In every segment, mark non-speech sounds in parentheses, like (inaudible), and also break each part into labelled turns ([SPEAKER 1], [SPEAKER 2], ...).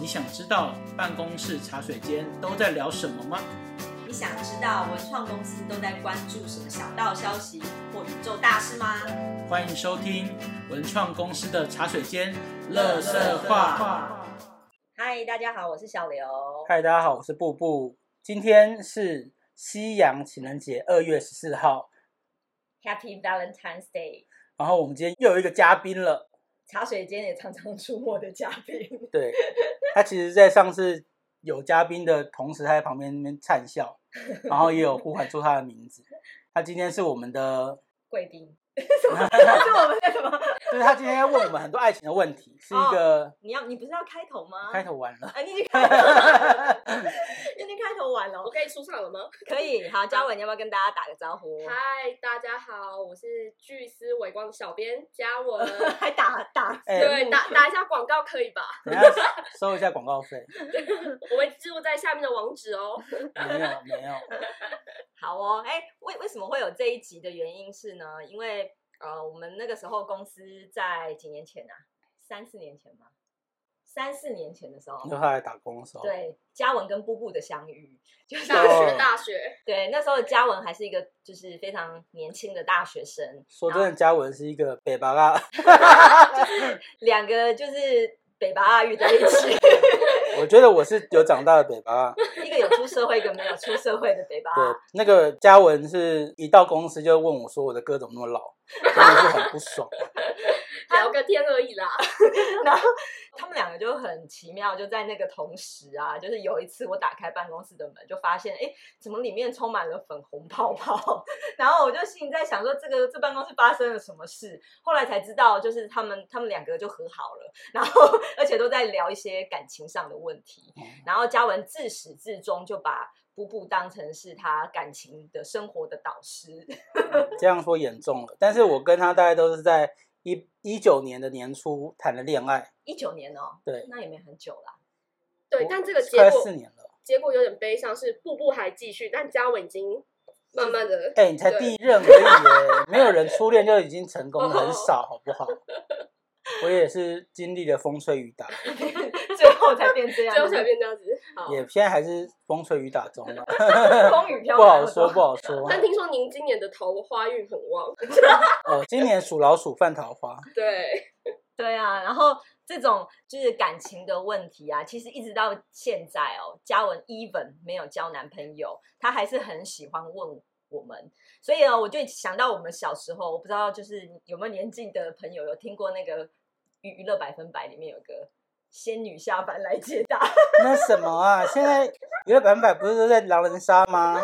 [SPEAKER 1] 你想知道办公室茶水间都在聊什么吗？
[SPEAKER 2] 你想知道文创公司都在关注什么小道消息或宇宙大事吗？
[SPEAKER 1] 欢迎收听文创公司的茶水间乐色话。
[SPEAKER 2] 嗨，大家好，我是小刘。
[SPEAKER 1] 嗨，大家好，我是布布。今天是西洋情人节，二月十四号。
[SPEAKER 2] Happy Valentine's Day！
[SPEAKER 1] 然后我们今天又有一个嘉宾了，
[SPEAKER 2] 茶水间也常常出没的嘉宾，
[SPEAKER 1] 对 (laughs) 他其实，在上次有嘉宾的同时，他在旁边那边灿笑，然后也有呼喊出他的名字。他今天是我们的
[SPEAKER 2] 贵宾。什么？是我们的什么？
[SPEAKER 1] 就是他今天要问我们很多爱情的问题，是一个
[SPEAKER 2] 你要你不是要开头吗？
[SPEAKER 1] 开头完
[SPEAKER 2] (laughs)
[SPEAKER 1] 了。
[SPEAKER 2] 啊，你已经开头
[SPEAKER 1] (laughs)
[SPEAKER 2] 了，你已经开头完了。
[SPEAKER 3] 我可以出场了吗？
[SPEAKER 2] 可以，好，嘉伟，你要不要跟大家打个招呼？
[SPEAKER 3] 嗨，大家好，我是巨思伟光的小编嘉文。
[SPEAKER 2] (laughs) 还打打
[SPEAKER 1] (laughs) 哎
[SPEAKER 3] 对，打打一下广告可以吧？
[SPEAKER 1] 等一下收一下广告费，
[SPEAKER 3] 我们记录在下面的网址哦。
[SPEAKER 1] 没有没有，
[SPEAKER 2] 好哦，哎，为为什么会有这一集的原因是呢？因为呃，我们那个时候公司在几年前啊，三四年前吧，三四年前
[SPEAKER 1] (laughs)
[SPEAKER 2] 的时候
[SPEAKER 1] 就，他来打工的时候，
[SPEAKER 2] 对嘉文跟布布的相遇，就是
[SPEAKER 3] 大
[SPEAKER 1] 哦
[SPEAKER 3] 学，大学，
[SPEAKER 2] 对那时候嘉文还是一个就是非常年轻的大学生，
[SPEAKER 1] 说真的，嘉文是一个北巴拉， (laughs)
[SPEAKER 2] 两个就是北巴阿遇在一起， (laughs)
[SPEAKER 1] 我觉得我是有长大的北巴拉。
[SPEAKER 2] 一个有出社会，一个没有出社会的北巴
[SPEAKER 1] 对
[SPEAKER 2] 阿。，
[SPEAKER 1] 那个嘉文是一到公司就问我说我的歌怎么那么老，真的是很不爽。
[SPEAKER 3] 聊个天而已啦。
[SPEAKER 2] 然后他们两个就很奇妙，就在那个同时啊，就是有一次我打开办公室的门，就发现哎，怎么里面充满了粉红泡泡？ (laughs) 然后我就心里在想说，这个这办公室发生了什么事？后来才知道，就是他们他们两个就和好了，然后 (laughs) 而且都在聊一些感情上的问题。
[SPEAKER 1] 哦
[SPEAKER 2] 然后嘉文自始至终就把布布当成是他感情的生活的导师。
[SPEAKER 1] 这样说严重了，但是我跟他大概都是在一一九年的年初谈的恋爱，
[SPEAKER 2] 一九年哦，
[SPEAKER 1] 对
[SPEAKER 2] 那也没很久啦。 (laughs)
[SPEAKER 3] 对，但这个结
[SPEAKER 1] 快
[SPEAKER 3] 果
[SPEAKER 1] 四年了。
[SPEAKER 3] 结果有点悲伤，是步步还继续，但嘉文已经慢慢的。
[SPEAKER 1] 哎、你才第一任而已耶，没有人初恋就已经成功了，很少，好
[SPEAKER 3] (laughs)
[SPEAKER 1] 不好？我也是经历了风吹雨打，
[SPEAKER 2] 最后才变这样，
[SPEAKER 3] (laughs) 最后才变这样子，好。
[SPEAKER 1] 也现在还是风吹雨打中了，
[SPEAKER 2] 风雨飘
[SPEAKER 1] (laughs) 不
[SPEAKER 2] 来
[SPEAKER 1] 好
[SPEAKER 2] 的时
[SPEAKER 1] 说，
[SPEAKER 2] 候
[SPEAKER 1] 不好说。
[SPEAKER 3] 但听说您今年的桃花运很旺，
[SPEAKER 1] (laughs) 哦，今年属老鼠犯桃花，
[SPEAKER 3] 对，
[SPEAKER 2] 对啊，然后这种就是感情的问题啊，其实一直到现在哦，嘉文 even 没有交男朋友，她还是很喜欢问我们，所以呢，哦我就想到我们小时候，我不知道就是有没有年纪的朋友有听过那个娱娱乐百分百里面有个仙女下凡来解答，
[SPEAKER 1] 那什么啊？现在娱乐百分百不是都在狼人杀吗？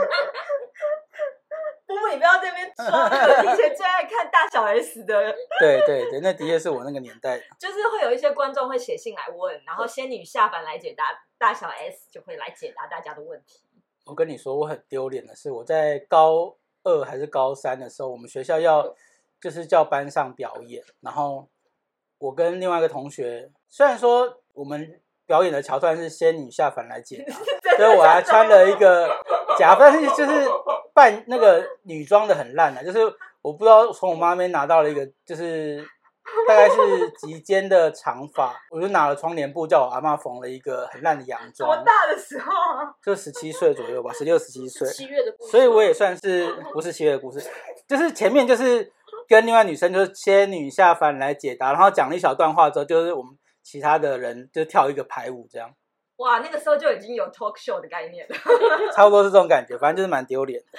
[SPEAKER 2] 不过你不要这边装，我以前最爱看大小 S 的
[SPEAKER 1] 对对对，那的确是我那个年代的。
[SPEAKER 2] 就是会有一些观众会写信来问，然后仙女下凡来解答，大小 S 就会来解答大家的问题。
[SPEAKER 1] 我跟你说，我很丢脸的是，我在高二还是高三的时候，我们学校要就是叫班上表演，然后我跟另外一个同学，虽然说我们表演的桥段是仙女下凡来解答， (laughs) 所以我还穿了一个假，但是就是扮那个女装的很烂的、就是我不知道从我妈那边拿到了一个，就是大概是及肩的长发，我就拿了窗帘布叫我阿妈缝了一个很烂的洋
[SPEAKER 2] 多
[SPEAKER 1] 装，
[SPEAKER 2] 大的时候啊？
[SPEAKER 1] 就十七岁左右吧，十六十七岁，
[SPEAKER 3] 七月的故事。
[SPEAKER 1] 所以我也算是不是七月的故事，就是前面就是跟另外女生就是仙女下凡来解答，然后讲了一小段话之后，就是我们其他的人就跳一个排舞这样，
[SPEAKER 2] 哇，那个时候就已经有 talk show 的概念了。 (laughs)
[SPEAKER 1] 差不多是这种感觉，反正就是蛮丢脸的。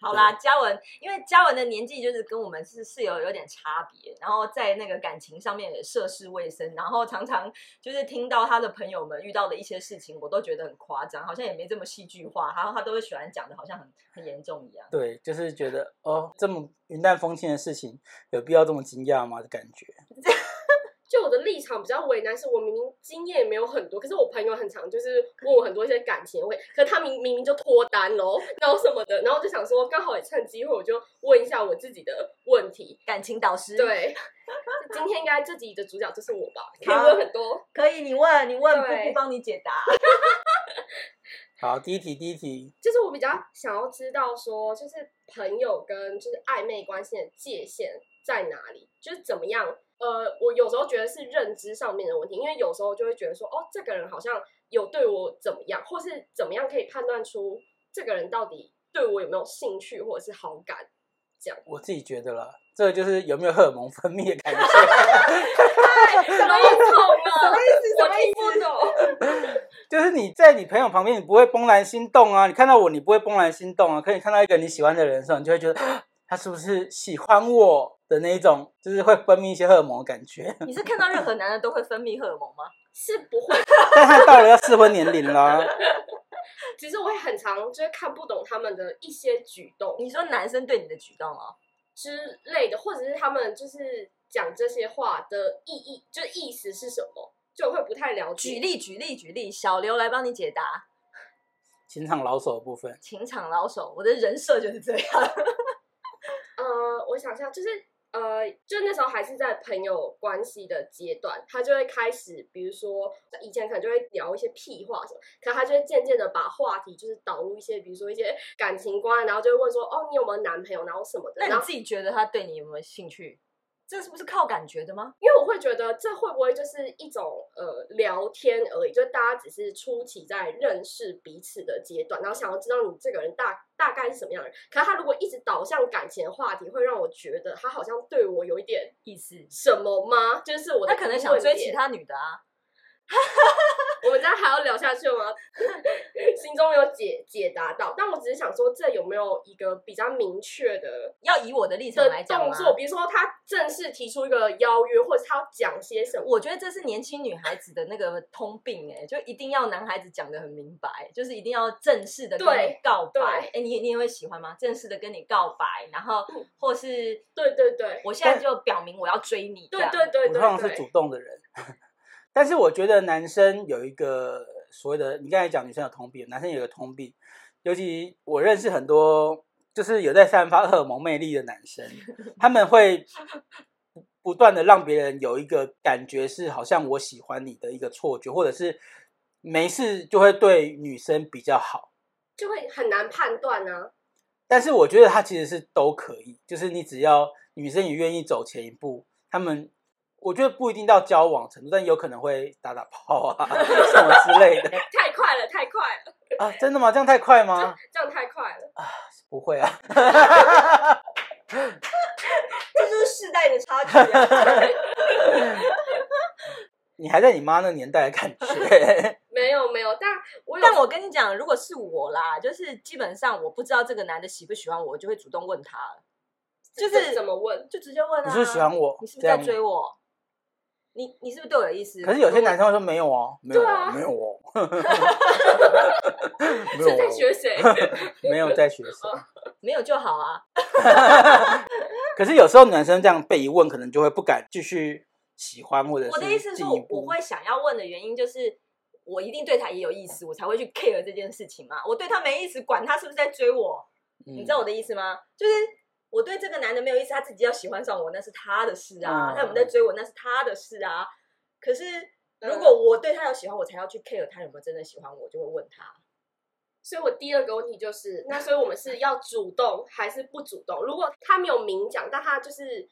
[SPEAKER 2] 好啦，嘉文，因为嘉文的年纪就是跟我们是室友有点差别，然后在那个感情上面也涉世未深，然后常常就是听到他的朋友们遇到的一些事情，我都觉得很夸张，好像也没这么戏剧化，然后他都会喜欢讲的好像很很严重一样。
[SPEAKER 1] 对，就是觉得哦，这么云淡风轻的事情，有必要这么惊讶吗？的感觉。
[SPEAKER 3] 就我的立场比较为难，是我明明经验也没有很多，可是我朋友很常就是问我很多一些感情的问题，可他明明明就脱单喽，然后什么的，然后我就想说，刚好也趁机会，我就问一下我自己的问题。
[SPEAKER 2] 感情导师，，
[SPEAKER 3] 对， (laughs) 今天应该这集的主角就是我吧，可以问很多。
[SPEAKER 2] 可以你问你问，
[SPEAKER 3] 对
[SPEAKER 2] 不不帮你解答。
[SPEAKER 1] 好，第一题，第一题，
[SPEAKER 3] 就是我比较想要知道说，就是朋友跟就是暧昧关系的界限在哪里，就是怎么样呃，我有时候觉得是认知上面的问题，因为有时候就会觉得说，哦，这个人好像有对我怎么样，或是怎么样可以判断出这个人到底对我有没有兴趣或者是好感。
[SPEAKER 1] 我自己觉得啦，这个就是有没有荷尔蒙分泌的感觉， (laughs)
[SPEAKER 2] (laughs)
[SPEAKER 3] 什么意思？什么意思？我听不懂。 (laughs)
[SPEAKER 1] 就是你在你朋友旁边，你不会怦然心动啊，你看到我，你不会怦然心动啊，可你看到一个你喜欢的人的时候，你就会觉得啊他是不是喜欢我的那一种，就是会分泌一些荷尔蒙的感觉。 (laughs)
[SPEAKER 2] 你是看到任何男的都会分泌荷尔蒙吗？
[SPEAKER 3] 是不会，
[SPEAKER 1] 但他到了要啊适婚年龄啦，
[SPEAKER 3] 只是我会很常就是看不懂他们的一些举动
[SPEAKER 2] 你说男生对你的举动啊吗？
[SPEAKER 3] 之类的，或者是他们就是讲这些话的意义，就是意思是什么，就会不太了解。
[SPEAKER 2] 举例，举例，举例，小刘来帮你解答。
[SPEAKER 1] (laughs) 情场老手的部分，
[SPEAKER 2] 情场老手，我的人设就是这样。 (laughs)
[SPEAKER 3] 呃，我想一下，就是呃，就那时候还是在朋友关系的阶段，他就会开始，比如说以前可能就会聊一些屁话什么，可他就会渐渐的把话题就是导入一些，比如说一些感情观，然后就会问说，哦，你有没有男朋友，然后什么的，
[SPEAKER 2] 那
[SPEAKER 3] 然
[SPEAKER 2] 你
[SPEAKER 3] 后。
[SPEAKER 2] 自己觉得他对你有没有兴趣？这是不是靠感觉的吗？
[SPEAKER 3] 因为我会觉得这会不会就是一种呃聊天而已，就是大家只是初期在认识彼此的阶段，然后想要知道你这个人大大概是什么样的人。可是他如果一直导向感情的话题，会让我觉得他好像对我有一点
[SPEAKER 2] 意思？
[SPEAKER 3] 什么吗？就是我的
[SPEAKER 2] 他可能
[SPEAKER 3] 疑
[SPEAKER 2] 想
[SPEAKER 3] 问
[SPEAKER 2] 追
[SPEAKER 3] 点
[SPEAKER 2] 其。他女的啊。
[SPEAKER 3] 我们这样还要聊下去吗？ (laughs) 心中没有解解答到，但我只是想说，这有没有一个比较明确的
[SPEAKER 2] 要以我的立场来
[SPEAKER 3] 的
[SPEAKER 2] 讲啊
[SPEAKER 3] 动
[SPEAKER 2] 吗
[SPEAKER 3] 作？比如说他正式提出一个邀约，或者是他要讲些什么？
[SPEAKER 2] 我觉得这是年轻女孩子的那个通病哎、就一定要男孩子讲的很明白，就是一定要正式的跟
[SPEAKER 3] 对
[SPEAKER 2] 你告白。
[SPEAKER 3] 对嗯
[SPEAKER 2] 哎、你你也会喜欢吗？正式的跟你告白，然后或是
[SPEAKER 3] 对对对。
[SPEAKER 2] 我现在就表明我要追你。
[SPEAKER 3] 对
[SPEAKER 2] 这样
[SPEAKER 3] 对对
[SPEAKER 1] 我
[SPEAKER 3] 对
[SPEAKER 1] 通常是
[SPEAKER 3] 对
[SPEAKER 1] 主动的人， (laughs) 但是我觉得男生有一个所谓的，你刚才讲女生有通病，男生有一个通病，尤其我认识很多就是有在散发荷尔蒙魅力的男生，他们会不不断的让别人有一个感觉是好像我喜欢你的一个错觉，或者是没事就会对女生比较好。
[SPEAKER 3] 就会很难判断啊。
[SPEAKER 1] 但是我觉得他其实是都可以，就是你只要女生也愿意走前一步，他们我觉得不一定到交往程度，但有可能会打打炮啊 (laughs) 什么之类的
[SPEAKER 3] 太快了，太快了，
[SPEAKER 1] 啊，真的吗？这样太快吗？ (laughs)
[SPEAKER 3] 这样太快了。
[SPEAKER 1] 不会啊，
[SPEAKER 2] 这就是世代的差距 (laughs) 啊。
[SPEAKER 1] 你还在你妈那年代的感
[SPEAKER 3] (laughs)
[SPEAKER 1] 觉，
[SPEAKER 3] 没有没有，但我有
[SPEAKER 2] 但我跟你讲，如果是我啦，就是基本上我不知道这个男的喜不喜欢我，我就会主动问他了，就
[SPEAKER 3] 这
[SPEAKER 2] 是
[SPEAKER 3] 怎么问？
[SPEAKER 2] 就直接问啊。
[SPEAKER 1] 你是不是喜欢我？
[SPEAKER 2] 你是不是
[SPEAKER 1] 这
[SPEAKER 2] 在
[SPEAKER 1] 样
[SPEAKER 2] 追我？你你是不是对我有意思？
[SPEAKER 1] 可是有些男生会说没有哦，没有
[SPEAKER 3] 对
[SPEAKER 1] 哦，
[SPEAKER 3] 啊
[SPEAKER 1] 没有哦，没有
[SPEAKER 3] 是
[SPEAKER 1] 哦
[SPEAKER 3] 在学谁？ (laughs)
[SPEAKER 1] 没有在学生。
[SPEAKER 2] 没有就好啊。
[SPEAKER 1] 可是有时候男生这样被一问，可能就会不敢继续喜欢，或者是
[SPEAKER 2] 我的意思是
[SPEAKER 1] 进
[SPEAKER 2] 说
[SPEAKER 1] 一
[SPEAKER 2] 我，
[SPEAKER 1] 步
[SPEAKER 2] 我会想要问的原因就是，我一定对他也有意思，我才会去 care 这件事情嘛。我对他没意思，管他是不是在追我，你
[SPEAKER 1] 嗯
[SPEAKER 2] 知道我的意思吗？就是我对这个男的没有意思，他自己要喜欢上我那是他的事啊，
[SPEAKER 1] 嗯
[SPEAKER 2] 他有没有在追我那是他的事啊。可是
[SPEAKER 3] 嗯
[SPEAKER 2] 如果我对他有喜欢，我才要去 care 他有没有真的喜欢我，我就会问
[SPEAKER 3] 啊
[SPEAKER 2] 他。
[SPEAKER 3] 所以我第二个问题就是，那所以我们是要主动还是不主动？如果他没有明讲，但他就是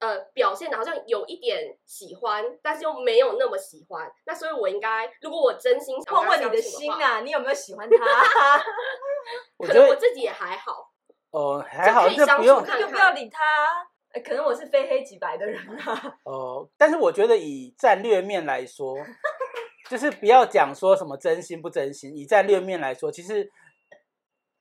[SPEAKER 3] 呃表现的好像有一点喜欢，但是又没有那么喜欢，那所以我应该，如果我真心想
[SPEAKER 2] 问
[SPEAKER 3] 跟他
[SPEAKER 2] 问你
[SPEAKER 3] 相
[SPEAKER 2] 的
[SPEAKER 3] 处
[SPEAKER 2] 心
[SPEAKER 3] 话，
[SPEAKER 2] 啊，你有没有喜欢
[SPEAKER 3] (laughs)
[SPEAKER 2] 他？
[SPEAKER 1] 我
[SPEAKER 3] 可
[SPEAKER 1] 觉
[SPEAKER 3] 能我
[SPEAKER 1] 得
[SPEAKER 3] 自己也还好，
[SPEAKER 1] 哦还好，
[SPEAKER 3] 可以
[SPEAKER 1] 这
[SPEAKER 3] 相
[SPEAKER 1] 不
[SPEAKER 3] 处
[SPEAKER 1] 用
[SPEAKER 3] 看看
[SPEAKER 2] 就不要理他。呃可能我是非黑即白的人啊，
[SPEAKER 1] 哦。但是我觉得以战略面来说，就是不要讲说什么真心不真心，以战略面来说，其实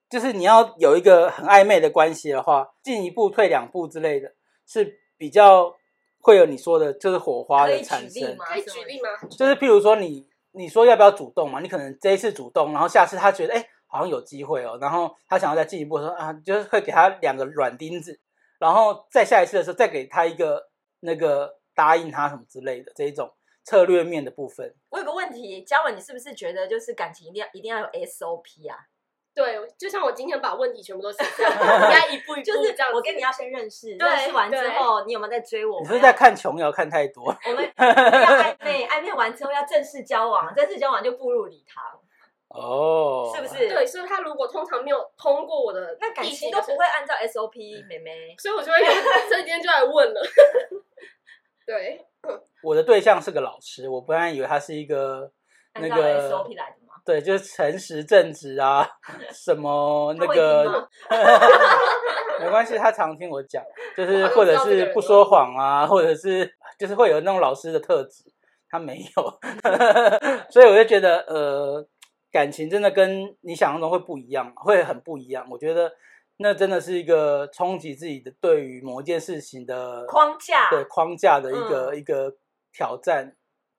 [SPEAKER 1] 就是你要有一个很暧昧的关系的话，进一步退两步之类的，是比较会有你说的，就是火花
[SPEAKER 2] 可
[SPEAKER 1] 的
[SPEAKER 2] 以
[SPEAKER 1] 产
[SPEAKER 2] 举例
[SPEAKER 1] 生。
[SPEAKER 2] 啊吗？
[SPEAKER 3] 可以举例吗？
[SPEAKER 1] 就是譬如说你你说要不要主动嘛？你可能这一次主动，然后下次他觉得哎、诶好像有机会哦，然后他想要再进一步说啊，就是会给他两个软钉子，然后再下一次的时候再给他一个那个答应他什么之类的这一种策略面的部分。
[SPEAKER 2] 我有个问题，嘉文，你是不是觉得就是感情一定要一定要有 SOP 啊？
[SPEAKER 3] 对，就像我今天把问题全部都写
[SPEAKER 2] (laughs)
[SPEAKER 3] 下来，应该一步一步
[SPEAKER 2] 就是
[SPEAKER 3] 这样子。
[SPEAKER 2] 我跟你要先认识，
[SPEAKER 3] 对
[SPEAKER 2] 认识完之后，你有没有在追我？
[SPEAKER 1] 你是不是在看琼瑶看太多？ (laughs)
[SPEAKER 2] 我们要？我们要暧昧，暧昧完之后要正式交往，正式交往就步入礼堂，
[SPEAKER 1] 哦，
[SPEAKER 2] 是不？是？
[SPEAKER 3] 对，，所以他如果通常没有通过我的
[SPEAKER 2] 那感
[SPEAKER 3] 第七
[SPEAKER 2] 情
[SPEAKER 3] 个
[SPEAKER 1] 嗯
[SPEAKER 2] 都不会按照 SOP，妹妹。
[SPEAKER 3] 所以我就会所以今天就来问了， (laughs) 对，
[SPEAKER 1] 我的对象是个老师，我本来以为他是一个那
[SPEAKER 2] 按照
[SPEAKER 1] 个
[SPEAKER 2] SOP 来的吗？
[SPEAKER 1] 对，就是诚实正直啊，什么那
[SPEAKER 2] 他会听
[SPEAKER 1] 个
[SPEAKER 2] 吗，
[SPEAKER 1] 没关系，他常听我讲，就是
[SPEAKER 3] 我
[SPEAKER 1] 或
[SPEAKER 3] 哦好像知
[SPEAKER 1] 者
[SPEAKER 3] 道这个
[SPEAKER 1] 是
[SPEAKER 3] 人
[SPEAKER 1] 不
[SPEAKER 3] 了
[SPEAKER 1] 说谎啊，或者是就是会有那种老师的特质，他没有， (laughs) 所以我就觉得呃，感情真的跟你想象中会不一样，会很不一样。我觉得那真的是一个冲击自己的对于某一件事情的
[SPEAKER 2] 框架，
[SPEAKER 1] 对框架的一个、
[SPEAKER 3] 嗯
[SPEAKER 1] 一个挑战，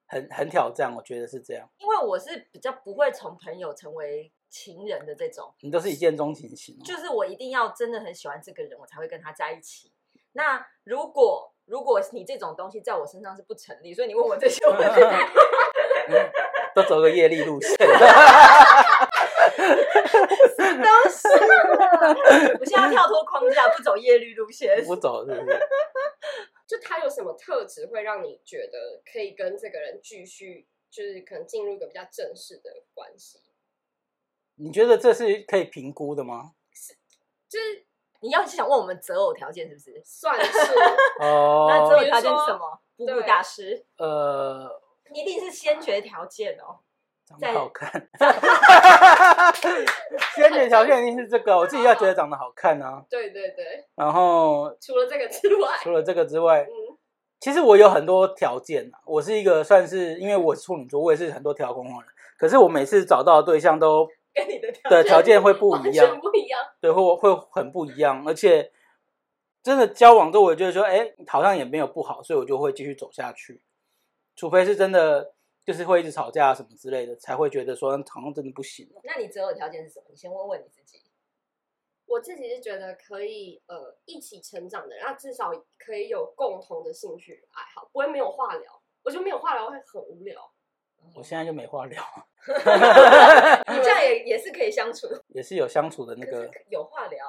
[SPEAKER 1] 很很挑战，我觉得是这样。
[SPEAKER 2] 因为我是比较不会从朋友成为情人的这种，
[SPEAKER 1] 你都是一见钟情型哦，
[SPEAKER 3] (laughs)
[SPEAKER 2] 就是我一定要真的很喜欢这个人，我才会跟他在一起。那如果如果你这种东西在我身上是不成立，所以你问我这些
[SPEAKER 1] (laughs)
[SPEAKER 2] 问题，
[SPEAKER 1] 嗯都走个业力路
[SPEAKER 3] (laughs)
[SPEAKER 1] 线。
[SPEAKER 2] 都是了。我现在要跳脱框架，不走业律路线。
[SPEAKER 1] 不走是不是？
[SPEAKER 3] 就他有什么特质会让你觉得可以跟这个人继续，就是可能进入一个比较正式的关系？
[SPEAKER 1] 你觉得这是可以评估的 (laughs) 吗？
[SPEAKER 3] 就是
[SPEAKER 2] 你要是想问我们择偶条件是不是？
[SPEAKER 3] 算是 (laughs)
[SPEAKER 2] 那择偶
[SPEAKER 1] 哦，
[SPEAKER 2] 条件是什么？不
[SPEAKER 3] 如说
[SPEAKER 2] 顾大师，
[SPEAKER 1] 呃，
[SPEAKER 2] 一定是先决条件哦。
[SPEAKER 1] 长
[SPEAKER 2] 在
[SPEAKER 1] 得好
[SPEAKER 2] (laughs)
[SPEAKER 1] 看，先决条件一定是这个，我自己要觉得长得好看啊。
[SPEAKER 3] 对对对，
[SPEAKER 1] 然后
[SPEAKER 3] 除了这个之外，
[SPEAKER 1] 除了这个之外，
[SPEAKER 3] 嗯，
[SPEAKER 1] 其实我有很多条件啊。我是一个算是，因为我是处女座，我也是很多条框框的。可是我每次找到的对象都
[SPEAKER 2] 跟你的条
[SPEAKER 1] 的条件会不
[SPEAKER 3] 完
[SPEAKER 1] 一样
[SPEAKER 3] 全，不一样，
[SPEAKER 1] 对，会会很不一样，而且真的交往之后，我觉得说，哎，好像也没有不好，所以我就会继续走下去，除非是真的就是会一直吵架什么之类的，才会觉得说，嗯好像真的不行了。
[SPEAKER 2] 那你择偶条件是什么？你先问问你自己。
[SPEAKER 3] 我自己是觉得可以呃一起成长的，那至少可以有共同的兴趣爱好，不会没有话聊。我觉得没有话聊会很无聊。
[SPEAKER 1] 我现在就没话聊，
[SPEAKER 2] 你这样也也是可以相处，
[SPEAKER 1] 也是有相处的那
[SPEAKER 2] 可
[SPEAKER 1] 个
[SPEAKER 2] 是有话聊，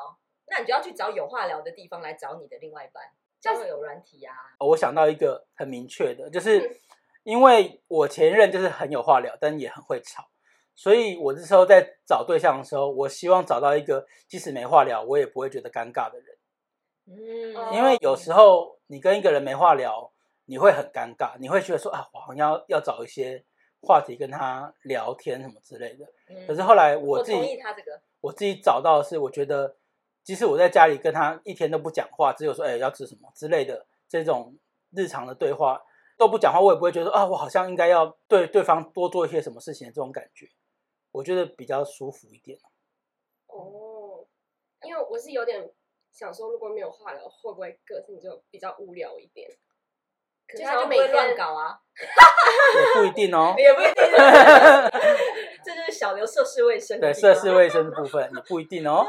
[SPEAKER 2] 那你就要去找有话聊的地方来找你的另外一半，交友软体啊，
[SPEAKER 1] 哦我想到一个很明确的，就是因为我前任就是很有话聊，但也很会吵，所以我这时候在找对象的时候，我希望找到一个即使没话聊，我也不会觉得尴尬的人。
[SPEAKER 2] 嗯
[SPEAKER 1] 因为有时候你跟一个人没话聊，你会很尴尬，你会觉得说啊，我好像要要找一些话题跟他聊天什么之类的。可是后来我
[SPEAKER 2] 嗯我
[SPEAKER 1] 自
[SPEAKER 2] 同意
[SPEAKER 1] 己
[SPEAKER 2] 他这个，
[SPEAKER 1] 我自己找到的是，我觉得即使我在家里跟他一天都不讲话，只有说哎要吃什么之类的这种日常的对话都不讲话，我也不会觉得啊，我好像应该要对对方多做一些什么事情的这种感觉，我觉得比较舒服一点。
[SPEAKER 3] 哦，因为我是有点想说，如果没有话聊，会不会个性就比较无聊一点？可
[SPEAKER 2] 就是他
[SPEAKER 3] 好
[SPEAKER 2] 就不
[SPEAKER 3] 像每
[SPEAKER 2] 会
[SPEAKER 3] 天
[SPEAKER 2] 乱，搞啊，，
[SPEAKER 1] 也不一定哦
[SPEAKER 2] (laughs) 也不一 (laughs) 定，这就是小刘涉世未深
[SPEAKER 1] 对
[SPEAKER 2] 的地方，
[SPEAKER 1] 涉世未深的部分也不一定
[SPEAKER 2] (laughs)
[SPEAKER 1] 哦。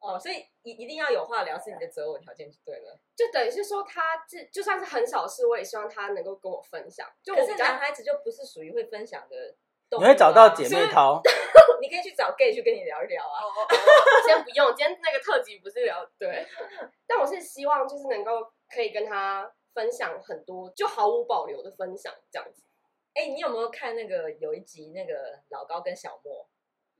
[SPEAKER 2] 哦，所以一一定要有话聊是你的择偶条件就对了。
[SPEAKER 3] 就等于是说他这就算是很少事，我也希望他能够跟我分享。就我
[SPEAKER 2] 可
[SPEAKER 3] 比
[SPEAKER 2] 是
[SPEAKER 3] 较
[SPEAKER 2] 男孩子就不是属于会分享的动物
[SPEAKER 1] 你
[SPEAKER 2] 啊，
[SPEAKER 1] 会找到姐
[SPEAKER 3] 所
[SPEAKER 1] 妹
[SPEAKER 3] 以
[SPEAKER 1] 淘，
[SPEAKER 2] (laughs) 你可以去找 gay 去跟你聊一聊啊。
[SPEAKER 3] (laughs) 先不用，今天那个特辑不是聊 (laughs) 对，但我是希望就是能够可以跟他分享很多，就毫无保留的分享这样子。
[SPEAKER 2] 哎、你有没有看那个有一集那个老高跟小莫？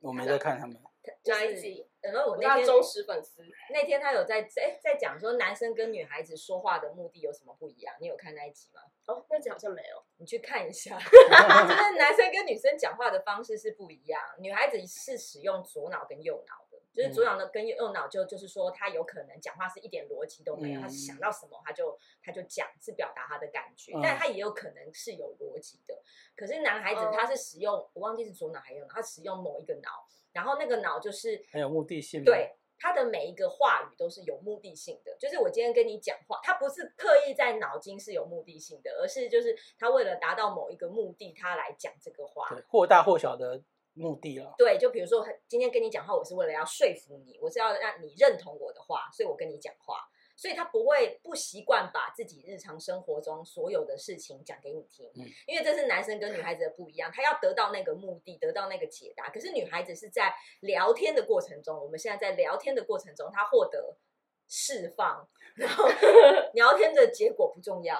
[SPEAKER 1] 我没在看他
[SPEAKER 2] (laughs)
[SPEAKER 1] 们。
[SPEAKER 2] 就是
[SPEAKER 3] 哪一集？
[SPEAKER 2] 然后我
[SPEAKER 3] 我是
[SPEAKER 2] 那
[SPEAKER 3] 他
[SPEAKER 2] 天
[SPEAKER 3] 忠实粉丝，
[SPEAKER 2] 那天他有在哎在在讲说男生跟女孩子说话的目的有什么不一样？你有看那一集吗？
[SPEAKER 3] 哦，那集好像没有。
[SPEAKER 2] 你去看一下， (laughs) 就是男生跟女生讲话的方式是不一样，女孩子是使用左脑跟右脑的，
[SPEAKER 1] 嗯
[SPEAKER 2] 就是左脑的跟右脑就就是说她有可能讲话是一点逻辑都没有，
[SPEAKER 1] 嗯
[SPEAKER 2] 她想到什么她就她就讲，是表达她的感觉
[SPEAKER 1] 嗯，
[SPEAKER 2] 但她也有可能是有逻辑的。可是男孩子
[SPEAKER 3] 哦
[SPEAKER 2] 他是使用，我忘记是左脑还是右脑，他使用某一个脑，然后那个脑就是
[SPEAKER 1] 很有目的性吗？
[SPEAKER 2] 对，他的每一个话语都是有目的性的，就是我今天跟你讲话，他不是刻意在脑筋是有目的性的，而是就是他为了达到某一个目的，他来讲这个话。
[SPEAKER 1] 对，或大或小的目的了。
[SPEAKER 2] 对，就比如说今天跟你讲话，我是为了要说服你，我是要让你认同我的话，所以我跟你讲话。所以他不会不习惯把自己日常生活中所有的事情讲给你听，
[SPEAKER 1] 嗯
[SPEAKER 2] 因为这是男生跟女孩子的不一样，他要得到那个目的，得到那个解答。可是女孩子是在聊天的过程中，我们现在在聊天的过程中，她获得释放，然后 (laughs) 聊天的结果不重要，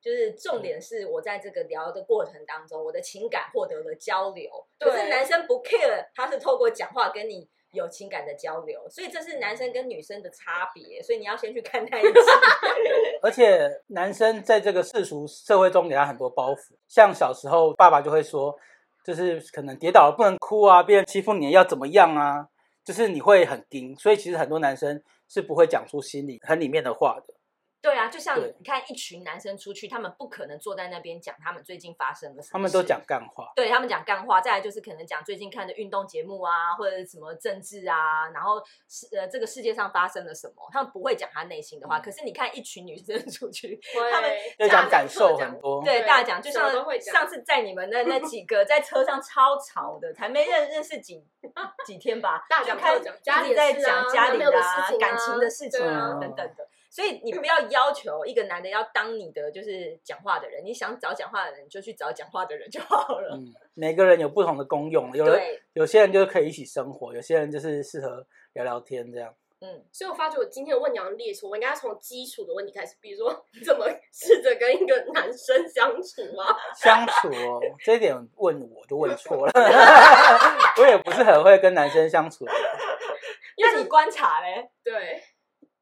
[SPEAKER 2] 就是重点是我在这个聊的过程当中，我的情感获得了交流。可
[SPEAKER 3] 对
[SPEAKER 2] 是男生不 care，他是透过讲话跟你有情感的交流，所以这是男生跟女生的差别，所以你要先去看待一起。
[SPEAKER 1] 而且男生在这个世俗社会中给他很多包袱，像小时候爸爸就会说，就是可能跌倒了不能哭啊，别人欺负你要怎么样啊，就是你会很盯，所以其实很多男生是不会讲出心里很里面的话的。
[SPEAKER 2] 对啊，就像
[SPEAKER 1] 对
[SPEAKER 2] 你看一群男生出去，他们不可能坐在那边讲他们最近发生的什么事，
[SPEAKER 1] 他们都讲干话，
[SPEAKER 2] 对他们讲干话，再来就是可能讲最近看的运动节目啊，或者什么政治啊，然后世呃这个世界上发生了什么，他们不会讲他内心的话。
[SPEAKER 1] 嗯
[SPEAKER 2] 可是你看一群女生出去，
[SPEAKER 3] (laughs) 会
[SPEAKER 2] 他们
[SPEAKER 1] 就
[SPEAKER 2] 大
[SPEAKER 1] 讲
[SPEAKER 2] 讲
[SPEAKER 1] 感受
[SPEAKER 2] 特讲
[SPEAKER 1] 很多。
[SPEAKER 2] 对
[SPEAKER 3] 对
[SPEAKER 2] 大讲，就
[SPEAKER 3] 什么
[SPEAKER 2] 像
[SPEAKER 3] 都会讲
[SPEAKER 2] 上次在你们那那几个在车上超吵的，才没认认识几几天吧，
[SPEAKER 3] (laughs) 大
[SPEAKER 2] 就
[SPEAKER 3] 讲
[SPEAKER 2] 开
[SPEAKER 3] 特
[SPEAKER 2] 始
[SPEAKER 3] 讲
[SPEAKER 2] 一直在讲家
[SPEAKER 3] 家
[SPEAKER 2] 里
[SPEAKER 3] 里的事啊男朋友
[SPEAKER 2] 的
[SPEAKER 3] 的
[SPEAKER 2] 啊
[SPEAKER 3] 事情啊
[SPEAKER 2] 感情的事情啊
[SPEAKER 1] 对啊
[SPEAKER 2] 等等的。所以你不要要求一个男的要当你的就是讲话的人，你想找讲话的人你就去找讲话的人就好了。
[SPEAKER 1] 嗯，每个人有不同的功用，有人
[SPEAKER 2] 对，
[SPEAKER 1] 有些人就是可以一起生活，有些人就是适合聊聊天这样。
[SPEAKER 2] 嗯，
[SPEAKER 3] 所以我发觉我今天的问题好像列出，我应该从基础的问题开始，比如说 (laughs) 怎么试着跟一个男生相处啊，
[SPEAKER 1] 相处哦，这一点问我就问错了， (laughs) 我也不是很会跟男生相处，啊
[SPEAKER 3] 因
[SPEAKER 2] 那
[SPEAKER 3] 为
[SPEAKER 2] 你观察嘞，
[SPEAKER 3] (laughs) 对，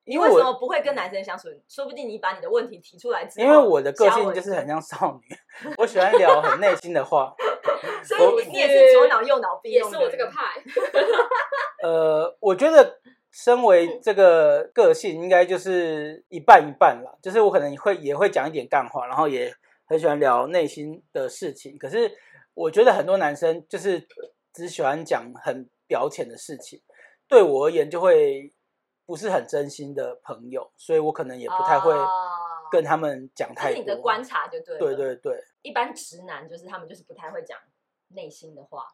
[SPEAKER 1] 因
[SPEAKER 2] 为
[SPEAKER 1] 为
[SPEAKER 2] 什么
[SPEAKER 1] 我
[SPEAKER 2] 不会跟男生相处？说不定你把你的问题提出来之后，
[SPEAKER 1] 因为我的个性就
[SPEAKER 2] 教
[SPEAKER 1] 是很像少女，我喜欢聊很内心的话。
[SPEAKER 2] 我，所以你你也是左脑右脑并
[SPEAKER 3] 哦也
[SPEAKER 2] 用
[SPEAKER 3] 是
[SPEAKER 2] 的
[SPEAKER 3] 我这个派，
[SPEAKER 1] 呃，我觉得身
[SPEAKER 2] 嗯
[SPEAKER 1] 为这个个性，应该就是一半一半啦。就是我可能会也会讲一点干话，然后也很喜欢聊内心的事情。可是我觉得很多男生就是只喜欢讲很表浅的事情，对我而言就会不是很真心的朋友，所以我可能也不太会
[SPEAKER 2] 哦
[SPEAKER 1] 跟他们讲
[SPEAKER 2] 这
[SPEAKER 1] 太
[SPEAKER 2] 是
[SPEAKER 1] 多。
[SPEAKER 2] 你的观察就对了。
[SPEAKER 1] 对对对
[SPEAKER 2] 一般直男就是他们就是不太会讲内心的话，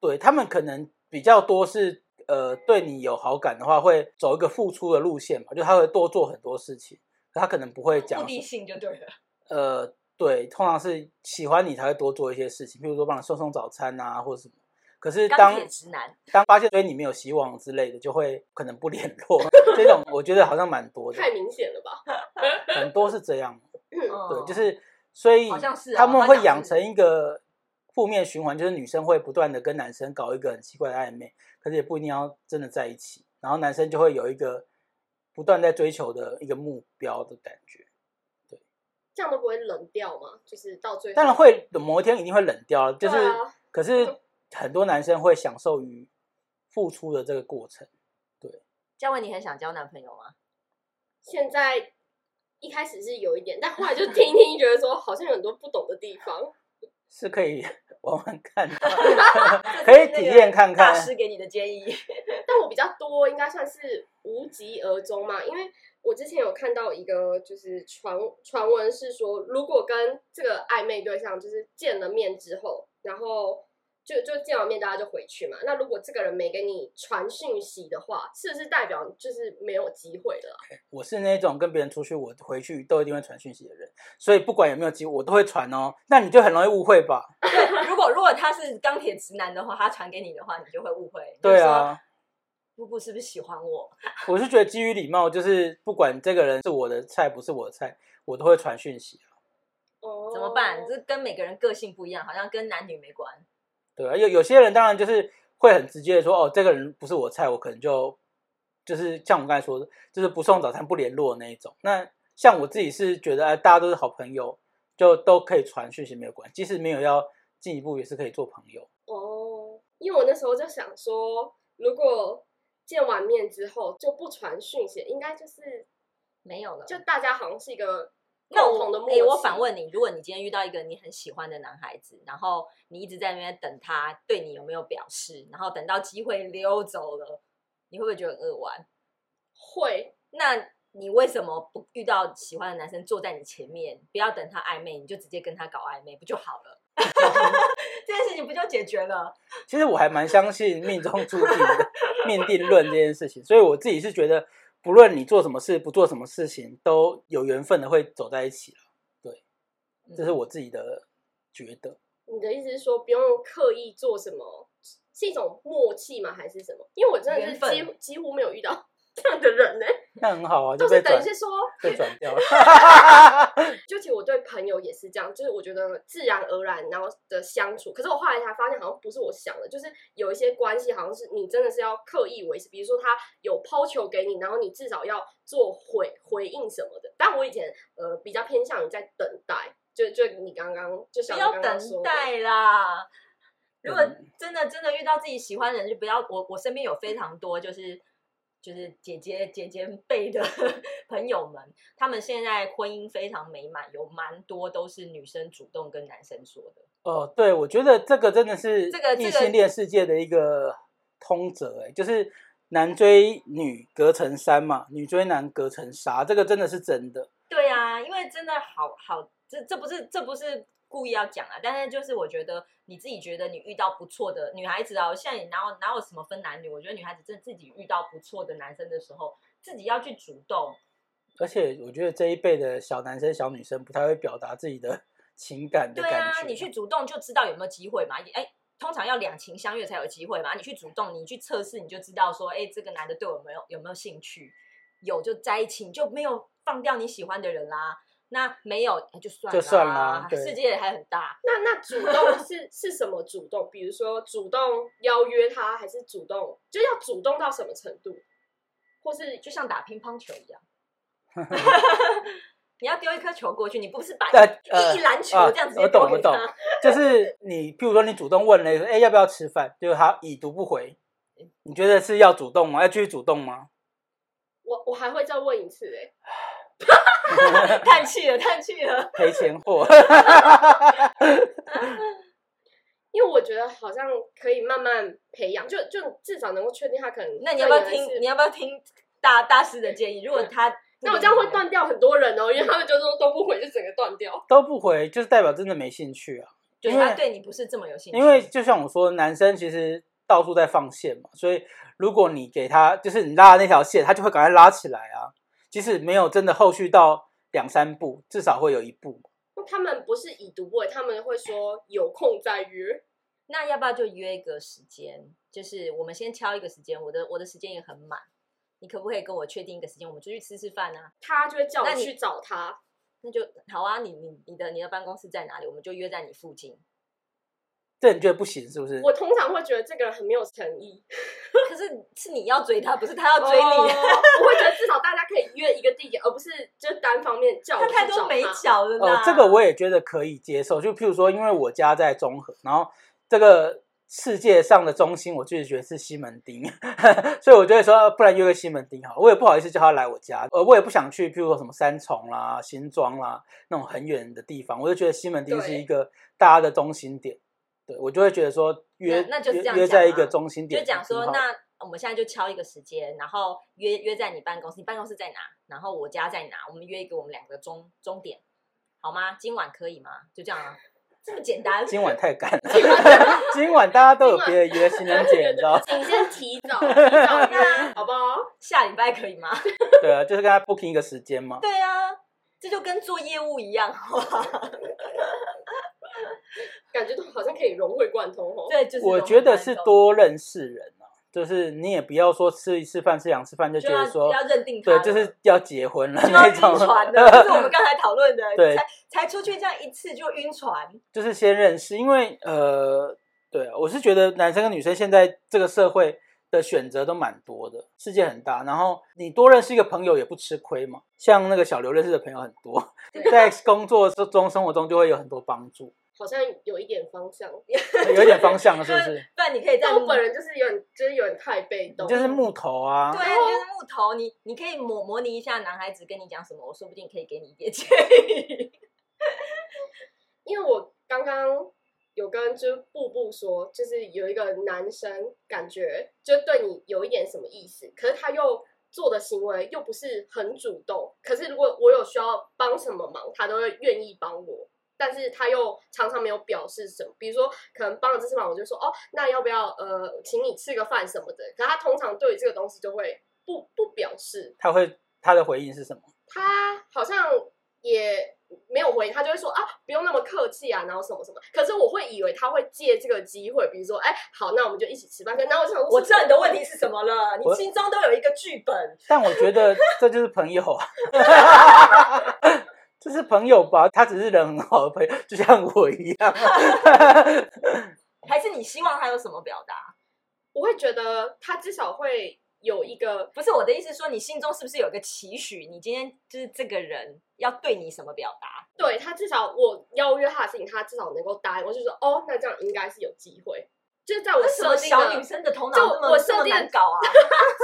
[SPEAKER 1] 对，他们可能比较多是。呃，对你有好感的话，会走一个付出的路线嘛，就他会多做很多事情，可他可能不会
[SPEAKER 2] 目
[SPEAKER 1] 讲
[SPEAKER 2] 的性就对了。
[SPEAKER 1] 呃，对，通常是喜欢你才会多做一些事情，譬如说帮你送送早餐啊，或者什么。可是
[SPEAKER 2] 钢
[SPEAKER 1] 当
[SPEAKER 2] 铁直男，
[SPEAKER 1] 当发现对你没有希望之类的，就会可能不联络。 (laughs) 这种我觉得好像蛮多的，
[SPEAKER 3] 太明显了吧？
[SPEAKER 1] 很多是这样。
[SPEAKER 2] 对
[SPEAKER 1] 对，就是所以
[SPEAKER 2] 嗯好像是啊
[SPEAKER 1] 他们
[SPEAKER 2] 好像
[SPEAKER 1] 会
[SPEAKER 2] 是
[SPEAKER 1] 养成一个负面循环，就是女生会不断的跟男生搞一个很奇怪的暧昧，可是也不一定要真的在一起，然后男生就会有一个不断在追求的一个目标的感觉。
[SPEAKER 3] 这样都不会冷掉吗？就是到最后，
[SPEAKER 1] 当然会，某一天一定会冷掉，就
[SPEAKER 3] 对
[SPEAKER 1] 是、
[SPEAKER 3] 啊
[SPEAKER 1] 可是很多男生会享受于付出的这个过程。
[SPEAKER 2] 嘉文，你很想交男朋友吗？，
[SPEAKER 3] 现在一开始是有一点，但后来就听一听，觉得说好像有很多不懂的地方。
[SPEAKER 1] 是可以 (laughs) 玩玩看的可以体验看看
[SPEAKER 2] 大。师给你的建议， (laughs)
[SPEAKER 3] 但我比较多，应该算是无疾而终嘛，因为我之前有看到一个就是传传闻是说，如果跟这个暧昧对象就是见了面之后，然后就就见完面大家就回去嘛，那如果这个人没给你传讯息的话，是不是代表就是没有机会了啊？
[SPEAKER 1] 我是那种跟别人出去，我回去都一定会传讯息的人，所以不管有没有机会，我都会传哦。那你就很容易误会吧？
[SPEAKER 2] 对，如果如果他是钢铁直男的话，他传给你的话，你就会误会。
[SPEAKER 1] 对，啊，
[SPEAKER 2] 布布是不是喜欢我？
[SPEAKER 1] 我是觉得基于礼貌，就是不管这个人是我的菜不是我的菜，我都会传讯息。啊
[SPEAKER 3] 哦
[SPEAKER 2] (laughs) 怎么办？这跟每个人个性不一样，好像跟男女没关。
[SPEAKER 1] 对啊，有有些人当然就是会很直接的说，哦，这个人不是我菜，我可能就就是像我刚才说的，就是不送早餐不联络的那一种。那像我自己是觉得，哎，大家都是好朋友，就都可以传讯息没有关系，即使没有要进一步，也是可以做朋友。
[SPEAKER 3] 哦，因为我那时候就想说，如果见完面之后就不传讯息，应该就是
[SPEAKER 2] 没有了。
[SPEAKER 3] 就大家好像是一个
[SPEAKER 2] 那
[SPEAKER 3] 共
[SPEAKER 2] 我
[SPEAKER 3] 同的目
[SPEAKER 2] 哎、
[SPEAKER 3] 契。
[SPEAKER 2] 我反问你，如果你今天遇到一个你很喜欢的男孩子，然后你一直在那边等他对你有没有表示，然后等到机会溜走了，你会不会觉得很扼腕？
[SPEAKER 3] 会，
[SPEAKER 2] 那你为什么不遇到喜欢的男生坐在你前面，不要等他暧昧，你就直接跟他搞暧昧不就好
[SPEAKER 3] (laughs)
[SPEAKER 2] 了？ (laughs) 这件事情不就解决了？
[SPEAKER 1] 其实我还蛮相信命中注定的命定论这件事情，所以我自己是觉得，不论你做什么事，不做什么事情，都有缘分的会走在一起了。
[SPEAKER 2] 嗯
[SPEAKER 1] 这是我自己的觉得。
[SPEAKER 3] 你的意思是说不用刻意做什么，是一种默契吗？还是什么？因为我真的
[SPEAKER 2] 缘
[SPEAKER 3] 是
[SPEAKER 2] 分
[SPEAKER 3] 几乎几乎没有遇到 (laughs) 这样的人呢、
[SPEAKER 1] 那很好啊，就
[SPEAKER 3] 都
[SPEAKER 1] 被
[SPEAKER 3] 是等
[SPEAKER 1] 转
[SPEAKER 3] 一些说，
[SPEAKER 1] 被转掉了。
[SPEAKER 3] 就其实我对朋友也是这样，就是我觉得自然而然，然后的相处。可是我后来才发现，好像不是我想的，就是有一些关系，好像是你真的是要刻意维持。比如说他有抛球给你，然后你至少要做回回应什么的。但我以前呃比较偏向于在等待，就就你刚刚就
[SPEAKER 2] 不
[SPEAKER 3] 想
[SPEAKER 2] 要
[SPEAKER 3] 刚刚
[SPEAKER 2] 等
[SPEAKER 3] 说的
[SPEAKER 2] 待啦。如果
[SPEAKER 1] 嗯
[SPEAKER 2] 真的真的遇到自己喜欢的人，就不要我我身边有非常多就是就是姐姐姐姐辈的 (laughs) 朋友们，他们现在婚姻非常美满，有蛮多都是女生主动跟男生说的。
[SPEAKER 1] 哦，对，我觉得这个真的是
[SPEAKER 2] 这个这
[SPEAKER 1] 异
[SPEAKER 2] 个
[SPEAKER 1] 性恋世界的一个通则、哎，就是男追女隔层山嘛，女追男隔层纱，这个真的是真的。
[SPEAKER 2] 对啊，因为真的好好，这这不是这不是故意要讲啊，但是就是我觉得你自己觉得你遇到不错的女孩子啊，现在你哪有哪有什么分男女？我觉得女孩子真的自己遇到不错的男生的时候，自己要去主动。
[SPEAKER 1] 而且我觉得这一辈的小男生、小女生不太会表达自己的 (laughs) 情感的
[SPEAKER 2] 对
[SPEAKER 1] 感觉。
[SPEAKER 2] 啊，你去主动就知道有没有机会嘛。哎，通常要两情相悦才有机会嘛。你去主动，你去测试，你就知道说，哎，这个男的对我有没有有没有兴趣？有就在一起，你就没有放掉你喜欢的人啦。那没有哎就算
[SPEAKER 1] 就
[SPEAKER 2] 了
[SPEAKER 1] 算
[SPEAKER 2] 啊
[SPEAKER 1] 啦对
[SPEAKER 2] 世界还很大。
[SPEAKER 3] 那那主动是是什么主动？比如说主动邀约他，还是主动就要主动到什么程度？
[SPEAKER 2] 或是就像打乒乓球
[SPEAKER 1] (laughs)
[SPEAKER 2] 一样，你要丢一颗球过去，你不是把
[SPEAKER 1] 呃
[SPEAKER 2] 一
[SPEAKER 1] 呃
[SPEAKER 2] 一篮球
[SPEAKER 1] 啊
[SPEAKER 2] 这样子
[SPEAKER 1] 我懂我懂
[SPEAKER 2] 他，
[SPEAKER 1] 就是你，譬如说你主动问了，哎、要不要吃饭？就是他已读不回，你觉得是要主动吗？要继续主动吗？
[SPEAKER 3] 我我还会再问一次哎、
[SPEAKER 2] (laughs)
[SPEAKER 1] (laughs)
[SPEAKER 2] 叹气了，叹气了。
[SPEAKER 1] 赔钱货。 (laughs)
[SPEAKER 3] 因为我觉得好像可以慢慢培养，就就至少能够确定他可能。
[SPEAKER 2] 那你要不要
[SPEAKER 3] 这个人
[SPEAKER 2] 听？
[SPEAKER 3] 是
[SPEAKER 2] 你要不要听大大师的建议？如果他，
[SPEAKER 3] 那我这样会断掉很多人哦，因为他们就说都不回，就整个断掉。
[SPEAKER 1] 都不回，就是代表真的没兴趣啊。
[SPEAKER 2] 对，
[SPEAKER 1] 因为
[SPEAKER 2] 他对你不是这么有兴趣，
[SPEAKER 1] 因为就像我说，男生其实到处在放线嘛，所以如果你给他，就是你拉的那条线，他就会赶快拉起来啊。即使没有真的后续到两三步，至少会有一步。
[SPEAKER 3] 他们不是已读不回，他们会说有空再约。
[SPEAKER 2] 那要不要就约一个时间？就是我们先敲一个时间，我的我的时间也很满，你可不可以跟我确定一个时间？我们出去吃吃饭啊？
[SPEAKER 3] 他就会叫我
[SPEAKER 2] 那你
[SPEAKER 3] 去找他，
[SPEAKER 2] 那就好啊，你你你的你的办公室在哪里？我们就约在你附近。
[SPEAKER 1] 这你觉得不行是不是？
[SPEAKER 3] 我通常会觉得这个人很没有诚意，
[SPEAKER 2] 可是是你要追他，不是他要
[SPEAKER 3] 哦
[SPEAKER 2] 追你。啊
[SPEAKER 3] 我会觉得至少大家可以约一个地点，而不是就单方面叫我
[SPEAKER 2] 他
[SPEAKER 3] 去
[SPEAKER 2] 太
[SPEAKER 3] 找
[SPEAKER 2] 多美
[SPEAKER 3] 他
[SPEAKER 2] 角了啦。
[SPEAKER 1] 哦，这个我也觉得可以接受。就譬如说，因为我家在中和，然后这个世界上的中心，我自己觉得是西门町， (laughs) 所以我就会说，呃不然约个西门町好了。我也不好意思叫他来我家，呃，我也不想去，譬如说什么三重啦、新庄啦那种很远的地方，我就觉得西门町是一个大家的中心点。对，我就会觉得说约
[SPEAKER 2] 那那就是这样
[SPEAKER 1] 约约
[SPEAKER 2] 讲
[SPEAKER 1] 在
[SPEAKER 2] 啊
[SPEAKER 1] 一个中心点，
[SPEAKER 2] 就讲说，
[SPEAKER 1] 挺好
[SPEAKER 2] 那我们现在就敲一个时间，然后约约在你办公室，你办公室在哪？然后我家在哪？我们约一个我们两个终终点，好吗？今晚可以吗？就这样啊，这么简单。
[SPEAKER 1] 今晚太赶
[SPEAKER 2] (laughs)
[SPEAKER 1] 了， (laughs) 今晚大家都有别的约，情人节你知
[SPEAKER 2] (laughs)
[SPEAKER 1] 道。
[SPEAKER 3] 请先提早提早约，
[SPEAKER 2] 那
[SPEAKER 3] 好不好？
[SPEAKER 2] 下礼拜可以吗？ (laughs)
[SPEAKER 1] 对啊，就是跟他 booking 一个时间嘛。
[SPEAKER 2] 对啊，这就跟做业务一样，好吧？
[SPEAKER 3] 感觉都好像可以融会贯通哦。
[SPEAKER 2] 对，就是
[SPEAKER 1] 我觉得是多认识人啊，就是你也不要说吃一次饭吃两次饭就
[SPEAKER 2] 就
[SPEAKER 1] 觉
[SPEAKER 2] 要
[SPEAKER 1] 得说，
[SPEAKER 2] 要认定他
[SPEAKER 1] 对，
[SPEAKER 2] 了
[SPEAKER 1] 就是要结婚了
[SPEAKER 2] 就要
[SPEAKER 1] 那
[SPEAKER 2] 晕
[SPEAKER 1] 种， (laughs)
[SPEAKER 2] 船的，就是我们刚才讨论的，
[SPEAKER 1] 对
[SPEAKER 2] 才才出去这样一次就晕船，
[SPEAKER 1] 就是先认识，因为呃，对啊，我是觉得男生跟女生现在这个社会的选择都蛮多的，世界很大，然后你多认识一个朋友也不吃亏嘛。像那个小刘认识的朋友很多，在工作中、生活中就会有很多帮
[SPEAKER 2] (laughs)
[SPEAKER 1] 助，
[SPEAKER 3] 好像有一点方向。
[SPEAKER 1] 有一点方向了，是不
[SPEAKER 2] (laughs)
[SPEAKER 1] 是？
[SPEAKER 2] 不然你可以在
[SPEAKER 3] 但我本人就是有点，就是有点太被
[SPEAKER 1] 你
[SPEAKER 3] 动，
[SPEAKER 1] 就是木头啊，
[SPEAKER 2] 对，就是木头，你你可以模模拟一下男孩子跟你讲什么，我说不定可以给你一点建议。 (laughs)
[SPEAKER 3] 因为我刚刚有跟就是布布说，就是有一个男生感觉就对你有一点什么意思，可是他又做的行为又不是很主动，可是如果我有需要帮什么忙，他都会愿意帮我。但是他又常常没有表示什么，比如说可能帮了这次忙，我就说哦，那要不要呃，请你吃个饭什么的。可他通常对于这个东西就会不不表示，
[SPEAKER 1] 他会他的回应是什么？
[SPEAKER 3] 他好像也没有回，他就会说啊，不用那么客气啊，然后什么什么。可是我会以为他会借这个机会，比如说，哎，好，那我们就一起吃饭。然后我就想说，
[SPEAKER 2] 我知道你的问题是什么了，你
[SPEAKER 1] 我
[SPEAKER 2] 心中都有一个剧本。
[SPEAKER 1] 但我觉得这就是朋友啊， (laughs) 这是朋友吧？他只是人很好的朋友，就像我一样。
[SPEAKER 2] 还是你希望他有什么表达？
[SPEAKER 3] 我会觉得他至少会有一个
[SPEAKER 2] 不是我的意思是说，你心中是不是有一个期许？你今天就是这个人要对你什么表达？
[SPEAKER 3] 对他至少我邀约他的事情，他至少能够答应。我就说哦，那这样应该是有机会。就是在我
[SPEAKER 2] 为什么
[SPEAKER 3] 设定
[SPEAKER 2] 小女
[SPEAKER 3] 的
[SPEAKER 2] 生的头脑
[SPEAKER 3] 就
[SPEAKER 2] 那么
[SPEAKER 3] 我
[SPEAKER 2] 这么
[SPEAKER 3] 设定
[SPEAKER 2] 难搞啊？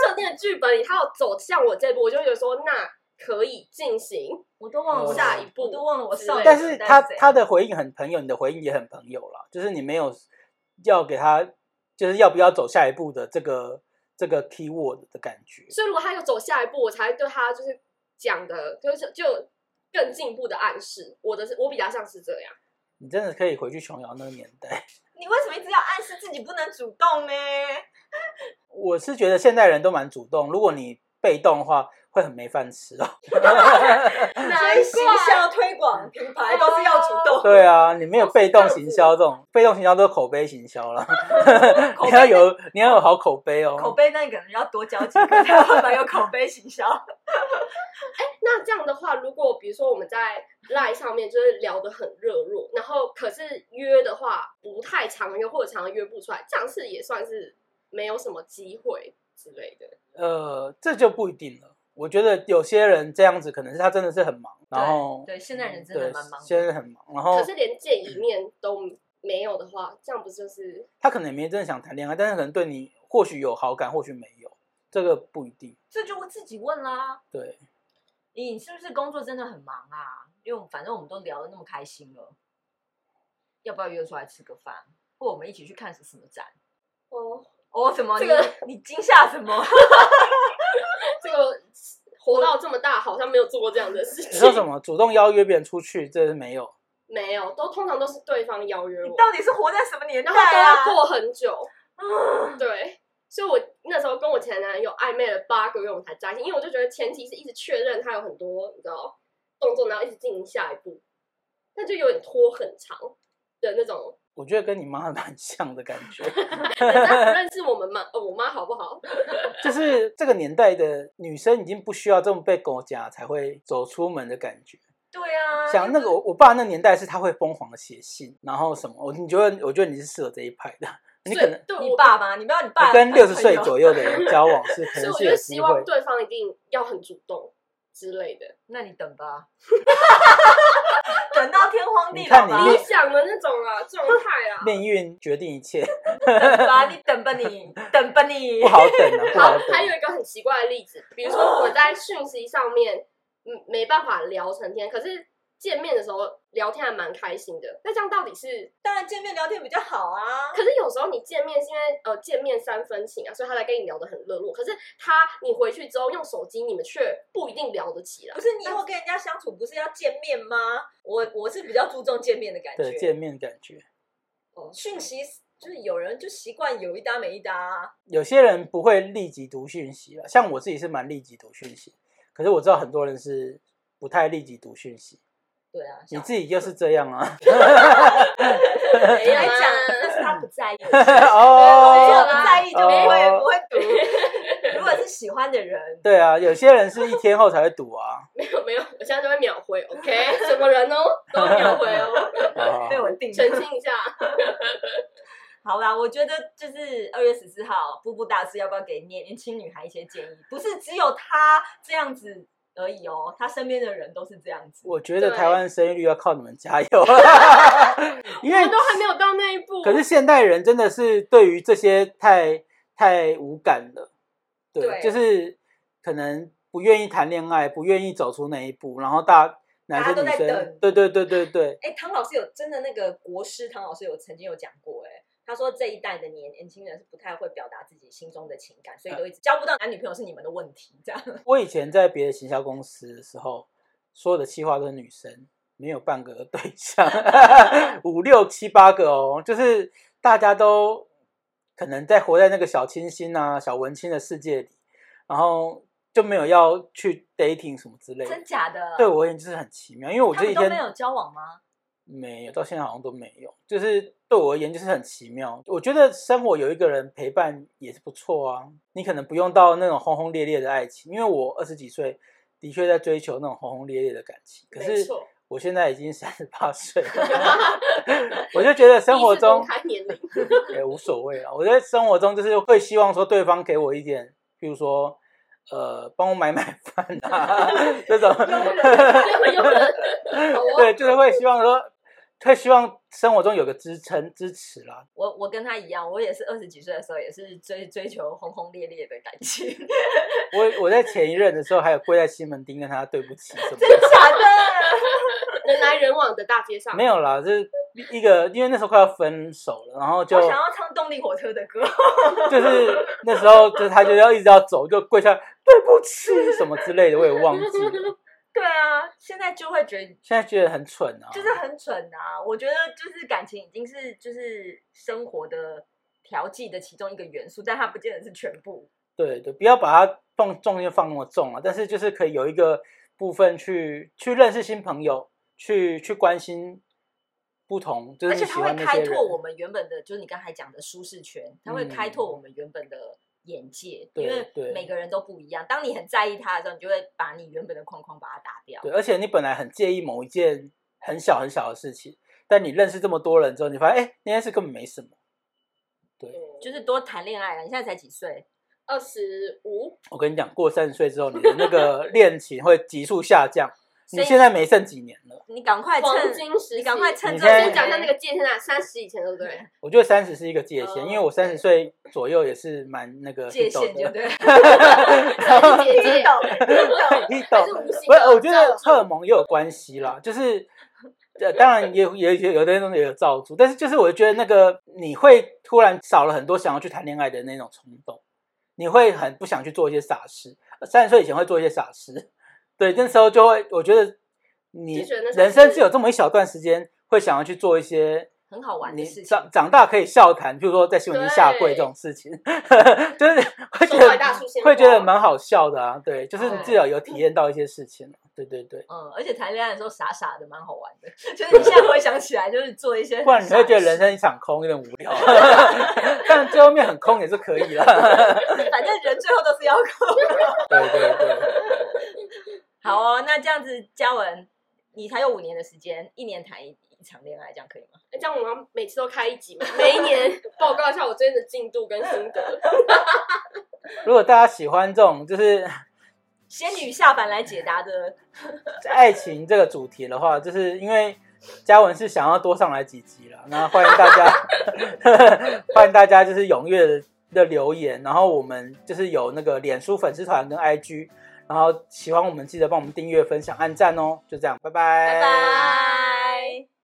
[SPEAKER 3] 设定的剧本里，他有走向我这一步，我就会觉得说那可以进行。
[SPEAKER 2] 我都忘了
[SPEAKER 1] 下
[SPEAKER 2] 我
[SPEAKER 3] 一步
[SPEAKER 2] 我都忘了我
[SPEAKER 3] 之
[SPEAKER 2] 上一
[SPEAKER 3] 类
[SPEAKER 2] 个
[SPEAKER 3] 对的
[SPEAKER 1] 但是
[SPEAKER 2] 时代
[SPEAKER 1] 他
[SPEAKER 2] 谁
[SPEAKER 1] 他的回应很朋友，你的回应也很朋友啦，就是你没有要给他，就是要不要走下一步的这个这个 keyword 的感觉。
[SPEAKER 3] 所以如果他有走下一步，我才会对他就是讲的，就是就有更进步的暗示。我的是我比较像是这样，
[SPEAKER 1] 你真的可以回去琼瑶那个年代。
[SPEAKER 2] 你为什么一直要暗示自己不能主动呢？
[SPEAKER 1] 我是觉得现代人都蛮主动，如果你被动的话，会很没饭吃哦。
[SPEAKER 3] 难
[SPEAKER 2] 啊
[SPEAKER 3] 哦
[SPEAKER 2] 所以行销推广品牌都是要主
[SPEAKER 1] (laughs)
[SPEAKER 2] 动，
[SPEAKER 1] 对啊，你没有被动行销
[SPEAKER 3] 哦
[SPEAKER 1] 这种，被动行销都是口碑行销了。
[SPEAKER 2] 口
[SPEAKER 1] 你
[SPEAKER 2] 碑
[SPEAKER 1] 要有你要有好口碑哦。
[SPEAKER 2] 口碑那你可能要多交几个 (laughs) 才会蛮有口碑行销。
[SPEAKER 3] 那这样的话，如果比如说我们在 Line 上面就是聊得很热络，然后可是约的话不太常约，或者常常约不出来，这样是也算是没有什么机会之类的。
[SPEAKER 1] 呃，这就不一定了。我觉得有些人这样子，可能是他真的是很忙，然后
[SPEAKER 2] 对对现在人真的
[SPEAKER 1] 对
[SPEAKER 2] 蛮忙的
[SPEAKER 1] 现在很忙，然后
[SPEAKER 2] 哦
[SPEAKER 3] 可是连见一面都没有的话，这样不就是
[SPEAKER 1] 他可能也没真的想谈恋爱，但是可能对你或许有好感，或许没有，这个不一定。
[SPEAKER 2] 这就我自己问啦，
[SPEAKER 1] 对，
[SPEAKER 2] 你是不是工作真的很忙啊？因为我们反正我们都聊得那么开心了，要不要约出来吃个饭，或我们一起去看什么展？
[SPEAKER 3] 哦？
[SPEAKER 2] 哦，什么？
[SPEAKER 3] 这个
[SPEAKER 2] 你 (laughs) 你惊吓什么？
[SPEAKER 3] 这个活到这么大，好像没有做过这样的事
[SPEAKER 1] 你
[SPEAKER 2] (laughs)
[SPEAKER 1] 说
[SPEAKER 3] 情。
[SPEAKER 1] 什么主动邀约别人出去，这是没有。
[SPEAKER 3] 没有，都通常都是对方邀约
[SPEAKER 2] 你
[SPEAKER 3] 我，
[SPEAKER 2] 到底是活在什么年代
[SPEAKER 3] 然后都要
[SPEAKER 2] 啊？
[SPEAKER 3] 过很久。
[SPEAKER 1] 啊
[SPEAKER 2] 嗯
[SPEAKER 3] (laughs) 对，所以我那时候跟我前男友暧昧了八个月，我们才在一起，因为我就觉得前提是一直确认他有很多你知道动作，然后一直进行下一步，那就有点拖很长的那种。
[SPEAKER 1] (laughs) 我觉得跟你妈蛮像的感
[SPEAKER 2] (laughs)
[SPEAKER 1] 觉，
[SPEAKER 3] 人家不认识我们妈，呃，我妈好不好？
[SPEAKER 1] 就是这个年代的女生已经不需要这么被狗夹才会走出门的感觉。
[SPEAKER 2] 对啊，
[SPEAKER 1] 像那个我我爸那年代是他会疯狂的写信，然后什么，我你觉得我觉得你是适合这一派的， (laughs) 你可
[SPEAKER 3] 所以
[SPEAKER 1] 能
[SPEAKER 3] 对
[SPEAKER 2] 你
[SPEAKER 3] 我，
[SPEAKER 2] 爸吗？你不要你爸
[SPEAKER 1] 你跟六十
[SPEAKER 2] 朋
[SPEAKER 1] 岁
[SPEAKER 2] 友
[SPEAKER 1] 左右的人交往是可
[SPEAKER 3] 所以
[SPEAKER 1] 能
[SPEAKER 3] 我
[SPEAKER 1] 是有
[SPEAKER 3] 就 (laughs) 是
[SPEAKER 1] 机
[SPEAKER 3] 希
[SPEAKER 1] 会
[SPEAKER 3] 望。对方一定要很主动之类的。
[SPEAKER 2] 那你等吧，等到天荒地
[SPEAKER 1] 你
[SPEAKER 2] 老
[SPEAKER 1] 看
[SPEAKER 2] 吧，
[SPEAKER 1] 你
[SPEAKER 3] 理
[SPEAKER 1] 练
[SPEAKER 3] 想的那种啊，状态
[SPEAKER 1] (laughs)
[SPEAKER 3] 啊。
[SPEAKER 1] 命运决定一
[SPEAKER 3] (laughs)
[SPEAKER 1] 切，
[SPEAKER 2] 等吧，你等吧你，等吧你
[SPEAKER 1] 不。好等啊，不
[SPEAKER 3] 好
[SPEAKER 1] 好，等。
[SPEAKER 3] 还有一个很奇怪的例子，比如说我在讯息上面，嗯，没办法聊成天，可是见面的时候聊天还蛮开心的。那这样到底是？
[SPEAKER 2] 当然见面聊天比较好啊。
[SPEAKER 3] 可是有时候你见面是因为呃见面三分情啊，所以他才跟你聊得很热络。可是他你回去之后用手机，你们却不一定聊得起来
[SPEAKER 2] 不。是你以后跟人家相处不是要见面吗？我我是比较注重见面的感
[SPEAKER 1] 对
[SPEAKER 2] 觉，哦
[SPEAKER 1] 见面感觉，
[SPEAKER 2] 讯息就是有人就习惯有一搭没一搭啊。
[SPEAKER 1] 有些人不会立即读讯息了，像我自己是蛮立即读讯息，可是我知道很多人是不太立即读讯息，
[SPEAKER 2] 对啊，
[SPEAKER 1] 你
[SPEAKER 2] 像
[SPEAKER 1] 自己就是这样啊。
[SPEAKER 3] (laughs)
[SPEAKER 1] (laughs)
[SPEAKER 2] 没有
[SPEAKER 3] 没有啊
[SPEAKER 2] 哎讲，但是他不在意，
[SPEAKER 3] 没
[SPEAKER 2] 他
[SPEAKER 3] 有
[SPEAKER 1] 哦，
[SPEAKER 2] 不
[SPEAKER 3] 啦
[SPEAKER 2] 在意就不会
[SPEAKER 1] 哦
[SPEAKER 2] 不会读。呃如果是喜欢的人，
[SPEAKER 1] 对啊，有些人是一天后才会读
[SPEAKER 3] (laughs)
[SPEAKER 1] 啊。
[SPEAKER 3] (laughs) 没有没有，我现在就会秒回，OK？
[SPEAKER 1] (laughs)
[SPEAKER 3] 什么人哦，都会秒回哦，
[SPEAKER 1] 哦
[SPEAKER 2] 被我定
[SPEAKER 3] 澄清一下。
[SPEAKER 2] 好啦，我觉得就是二月十四号，布布大师要不要给年年轻女孩一些建议？不是只有她这样子而已哦，她身边的人都是这样子。
[SPEAKER 1] 我觉得
[SPEAKER 3] 对
[SPEAKER 1] 台湾生育率要靠你们加油，
[SPEAKER 3] (laughs)
[SPEAKER 1] 因为
[SPEAKER 3] 我都还没有到那一步，
[SPEAKER 1] 可是现代人真的是对于这些太太无感了，对，
[SPEAKER 2] 对
[SPEAKER 1] 就是可能不愿意谈恋爱，不愿意走出那一步，然后大男生
[SPEAKER 2] 大家都
[SPEAKER 1] 女
[SPEAKER 2] 在
[SPEAKER 1] 生
[SPEAKER 2] 等，
[SPEAKER 1] 对对对对对，
[SPEAKER 2] 哎，唐老师有真的那个国师唐老师有曾经有讲过，哎，他说这一代的年年轻人是不太会表达自己心中的情感，所以都一直交不到男女朋友是你们的问题，这样。
[SPEAKER 1] 我以前在别的行销公司的时候，所有的企划都是女生，没有半个对
[SPEAKER 2] (laughs)
[SPEAKER 1] 象，五六七八个哦，就是大家都可能在活在那个小清新啊、小文青的世界里，然后。就没有要去 dating 什么之类的
[SPEAKER 2] 真。假的？
[SPEAKER 1] 对我而言就是很奇妙，因为我
[SPEAKER 2] 他
[SPEAKER 1] 这
[SPEAKER 2] 们
[SPEAKER 1] 一
[SPEAKER 2] 都
[SPEAKER 1] 天
[SPEAKER 2] 没有交往吗？
[SPEAKER 1] 没有，到现在好像都没有。就是对我而言，就是很奇妙。我觉得生活有一个人陪伴也是不错啊。你可能不用到那种轰轰烈烈的爱情，因为我二十几岁的确在追求那种轰轰烈烈的感情。可
[SPEAKER 3] 没
[SPEAKER 1] 是
[SPEAKER 3] 错
[SPEAKER 1] 我现在已经三十八岁
[SPEAKER 3] (laughs)
[SPEAKER 1] 了，我就觉得生活
[SPEAKER 3] 第一次公
[SPEAKER 1] 中
[SPEAKER 3] 开年
[SPEAKER 1] (laughs)
[SPEAKER 3] 龄， (laughs)
[SPEAKER 1] 也无所谓啊了。我在生活中就是会希望说对方给我一点，比如说。呃，帮我买买 (laughs) 饭啊，这种
[SPEAKER 3] 有人有人，好
[SPEAKER 2] (laughs)
[SPEAKER 3] 哦
[SPEAKER 1] 对，就是会希望说，会希望生活中有个支撑支持啦。
[SPEAKER 2] 我我跟他一样，我也是二十几岁的时候，也是追追求轰轰烈烈的感情， (laughs)
[SPEAKER 1] 我我在前一任的时候，还有跪在西门町跟他对不起什么
[SPEAKER 2] 真的
[SPEAKER 1] 的，
[SPEAKER 2] 假的？
[SPEAKER 3] 人来人往的大街上，
[SPEAKER 1] 没有啦，就是一个，因为那时候快要分手了，然后就
[SPEAKER 2] (laughs) 我想要唱动力火车的歌，
[SPEAKER 1] 就是那时候就是他就要一直要走，就跪下对不起什么之类的，我也忘
[SPEAKER 2] (laughs)
[SPEAKER 1] 记了。
[SPEAKER 2] 对啊，现在就会觉得
[SPEAKER 1] 现在觉得很蠢啊，
[SPEAKER 2] 就是很准啊！我觉得就是感情已经是就是生活的调剂的其中一个元素，但它不见得是全部。
[SPEAKER 1] 对对，不要把它放重心放那么重啊，但是就是可以有一个部分去去认识新朋友，去去关心不同，就
[SPEAKER 2] 而
[SPEAKER 1] 是
[SPEAKER 2] 且
[SPEAKER 1] 你喜
[SPEAKER 2] 它会
[SPEAKER 1] 欢那些
[SPEAKER 2] 开
[SPEAKER 1] 人啊嗯
[SPEAKER 2] 拓。我们原本的，就是你刚才讲的舒适圈，它会开拓我们原本的眼界，
[SPEAKER 1] 对
[SPEAKER 2] 因为
[SPEAKER 1] 对
[SPEAKER 2] 每个人都不一样。当你很在意他的时候，你就会把你原本的框框把它打掉。
[SPEAKER 1] 对，而且你本来很介意某一件很小很小的事情，但你认识这么多人之后，你发现哎，那件事根本没什么。
[SPEAKER 2] 就是多谈恋爱啊！你现在才几岁？
[SPEAKER 3] 二十五，
[SPEAKER 1] 我跟你讲，过三十岁之后，你的那
[SPEAKER 2] (laughs)
[SPEAKER 1] 个恋情会急速下降。
[SPEAKER 2] 所
[SPEAKER 1] 你
[SPEAKER 2] 以
[SPEAKER 1] 现在没剩几年了，
[SPEAKER 2] 你赶快
[SPEAKER 3] 黄
[SPEAKER 2] 趁，
[SPEAKER 3] 金时期
[SPEAKER 2] 你赶快趁
[SPEAKER 1] 你
[SPEAKER 2] 这
[SPEAKER 1] 现在
[SPEAKER 3] 先讲一下那个界限啊，三十以前对不对？
[SPEAKER 1] 我觉得三十是一个界限，因为
[SPEAKER 3] 哦
[SPEAKER 1] 我三十岁左右也是蛮那个
[SPEAKER 2] 界
[SPEAKER 1] hito
[SPEAKER 2] 限，就
[SPEAKER 1] 的，
[SPEAKER 2] (laughs) 对啊了。
[SPEAKER 1] (laughs) 黑豆
[SPEAKER 2] (laughs)
[SPEAKER 3] 姐姐还是无形的
[SPEAKER 1] 不是，我觉
[SPEAKER 3] 造
[SPEAKER 1] 得
[SPEAKER 3] 成
[SPEAKER 1] 荷尔蒙也有关系啦，就是。呃，当然也也也有的那种也有造出，但是就是我觉得那个你会突然少了很多想要去谈恋爱的那种冲动，你会很不想去做一些傻事。三十岁以前会做一些傻事，对，那时候就会我觉得你
[SPEAKER 3] 就觉得那时候
[SPEAKER 1] 人生
[SPEAKER 3] 是
[SPEAKER 1] 只有这么一小段时间会想要去做一些
[SPEAKER 2] 很好玩的
[SPEAKER 1] 你
[SPEAKER 2] 事情，
[SPEAKER 1] 长长大可以笑谈，譬如说在新闻厅下跪这种事情， (laughs) 就是会觉
[SPEAKER 3] 手
[SPEAKER 1] 得
[SPEAKER 3] 摆大叔鲜花
[SPEAKER 1] 会觉得蛮好笑的啊。对，就是你
[SPEAKER 2] 哦
[SPEAKER 1] 至少有体验到一些事情。啊对对对，
[SPEAKER 2] 嗯，而且谈恋爱的时候傻傻的，蛮好玩的。 (laughs) 就
[SPEAKER 1] (laughs)
[SPEAKER 2] 是你现在回想起来，就是做一些，
[SPEAKER 1] 不然你会觉得人，生一场空，有点无聊。但最后面很空也是可以了。
[SPEAKER 2] (laughs) 反正人最后都是要哭。
[SPEAKER 1] 对对对，
[SPEAKER 2] (laughs) 好哦，那这样子，嘉文，你才有五年的时间，一年谈一一场恋爱，这样可以吗？
[SPEAKER 3] 哎这样我们要每次都开一集嘛，每一年报告一下我最近的进度跟心得。
[SPEAKER 1] 如果大家喜欢这种就是
[SPEAKER 2] 仙女下凡来解答的，
[SPEAKER 1] 爱情这个主题的话，就是因为嘉文是想要多上来几集了，那欢迎大家， (laughs) 欢迎大家就是踊跃的留言，然后我们就是有那个脸书粉丝团跟 IG，然后喜欢我们记得帮我们订阅、分享、按赞哦，就这样，拜拜，
[SPEAKER 2] 拜拜。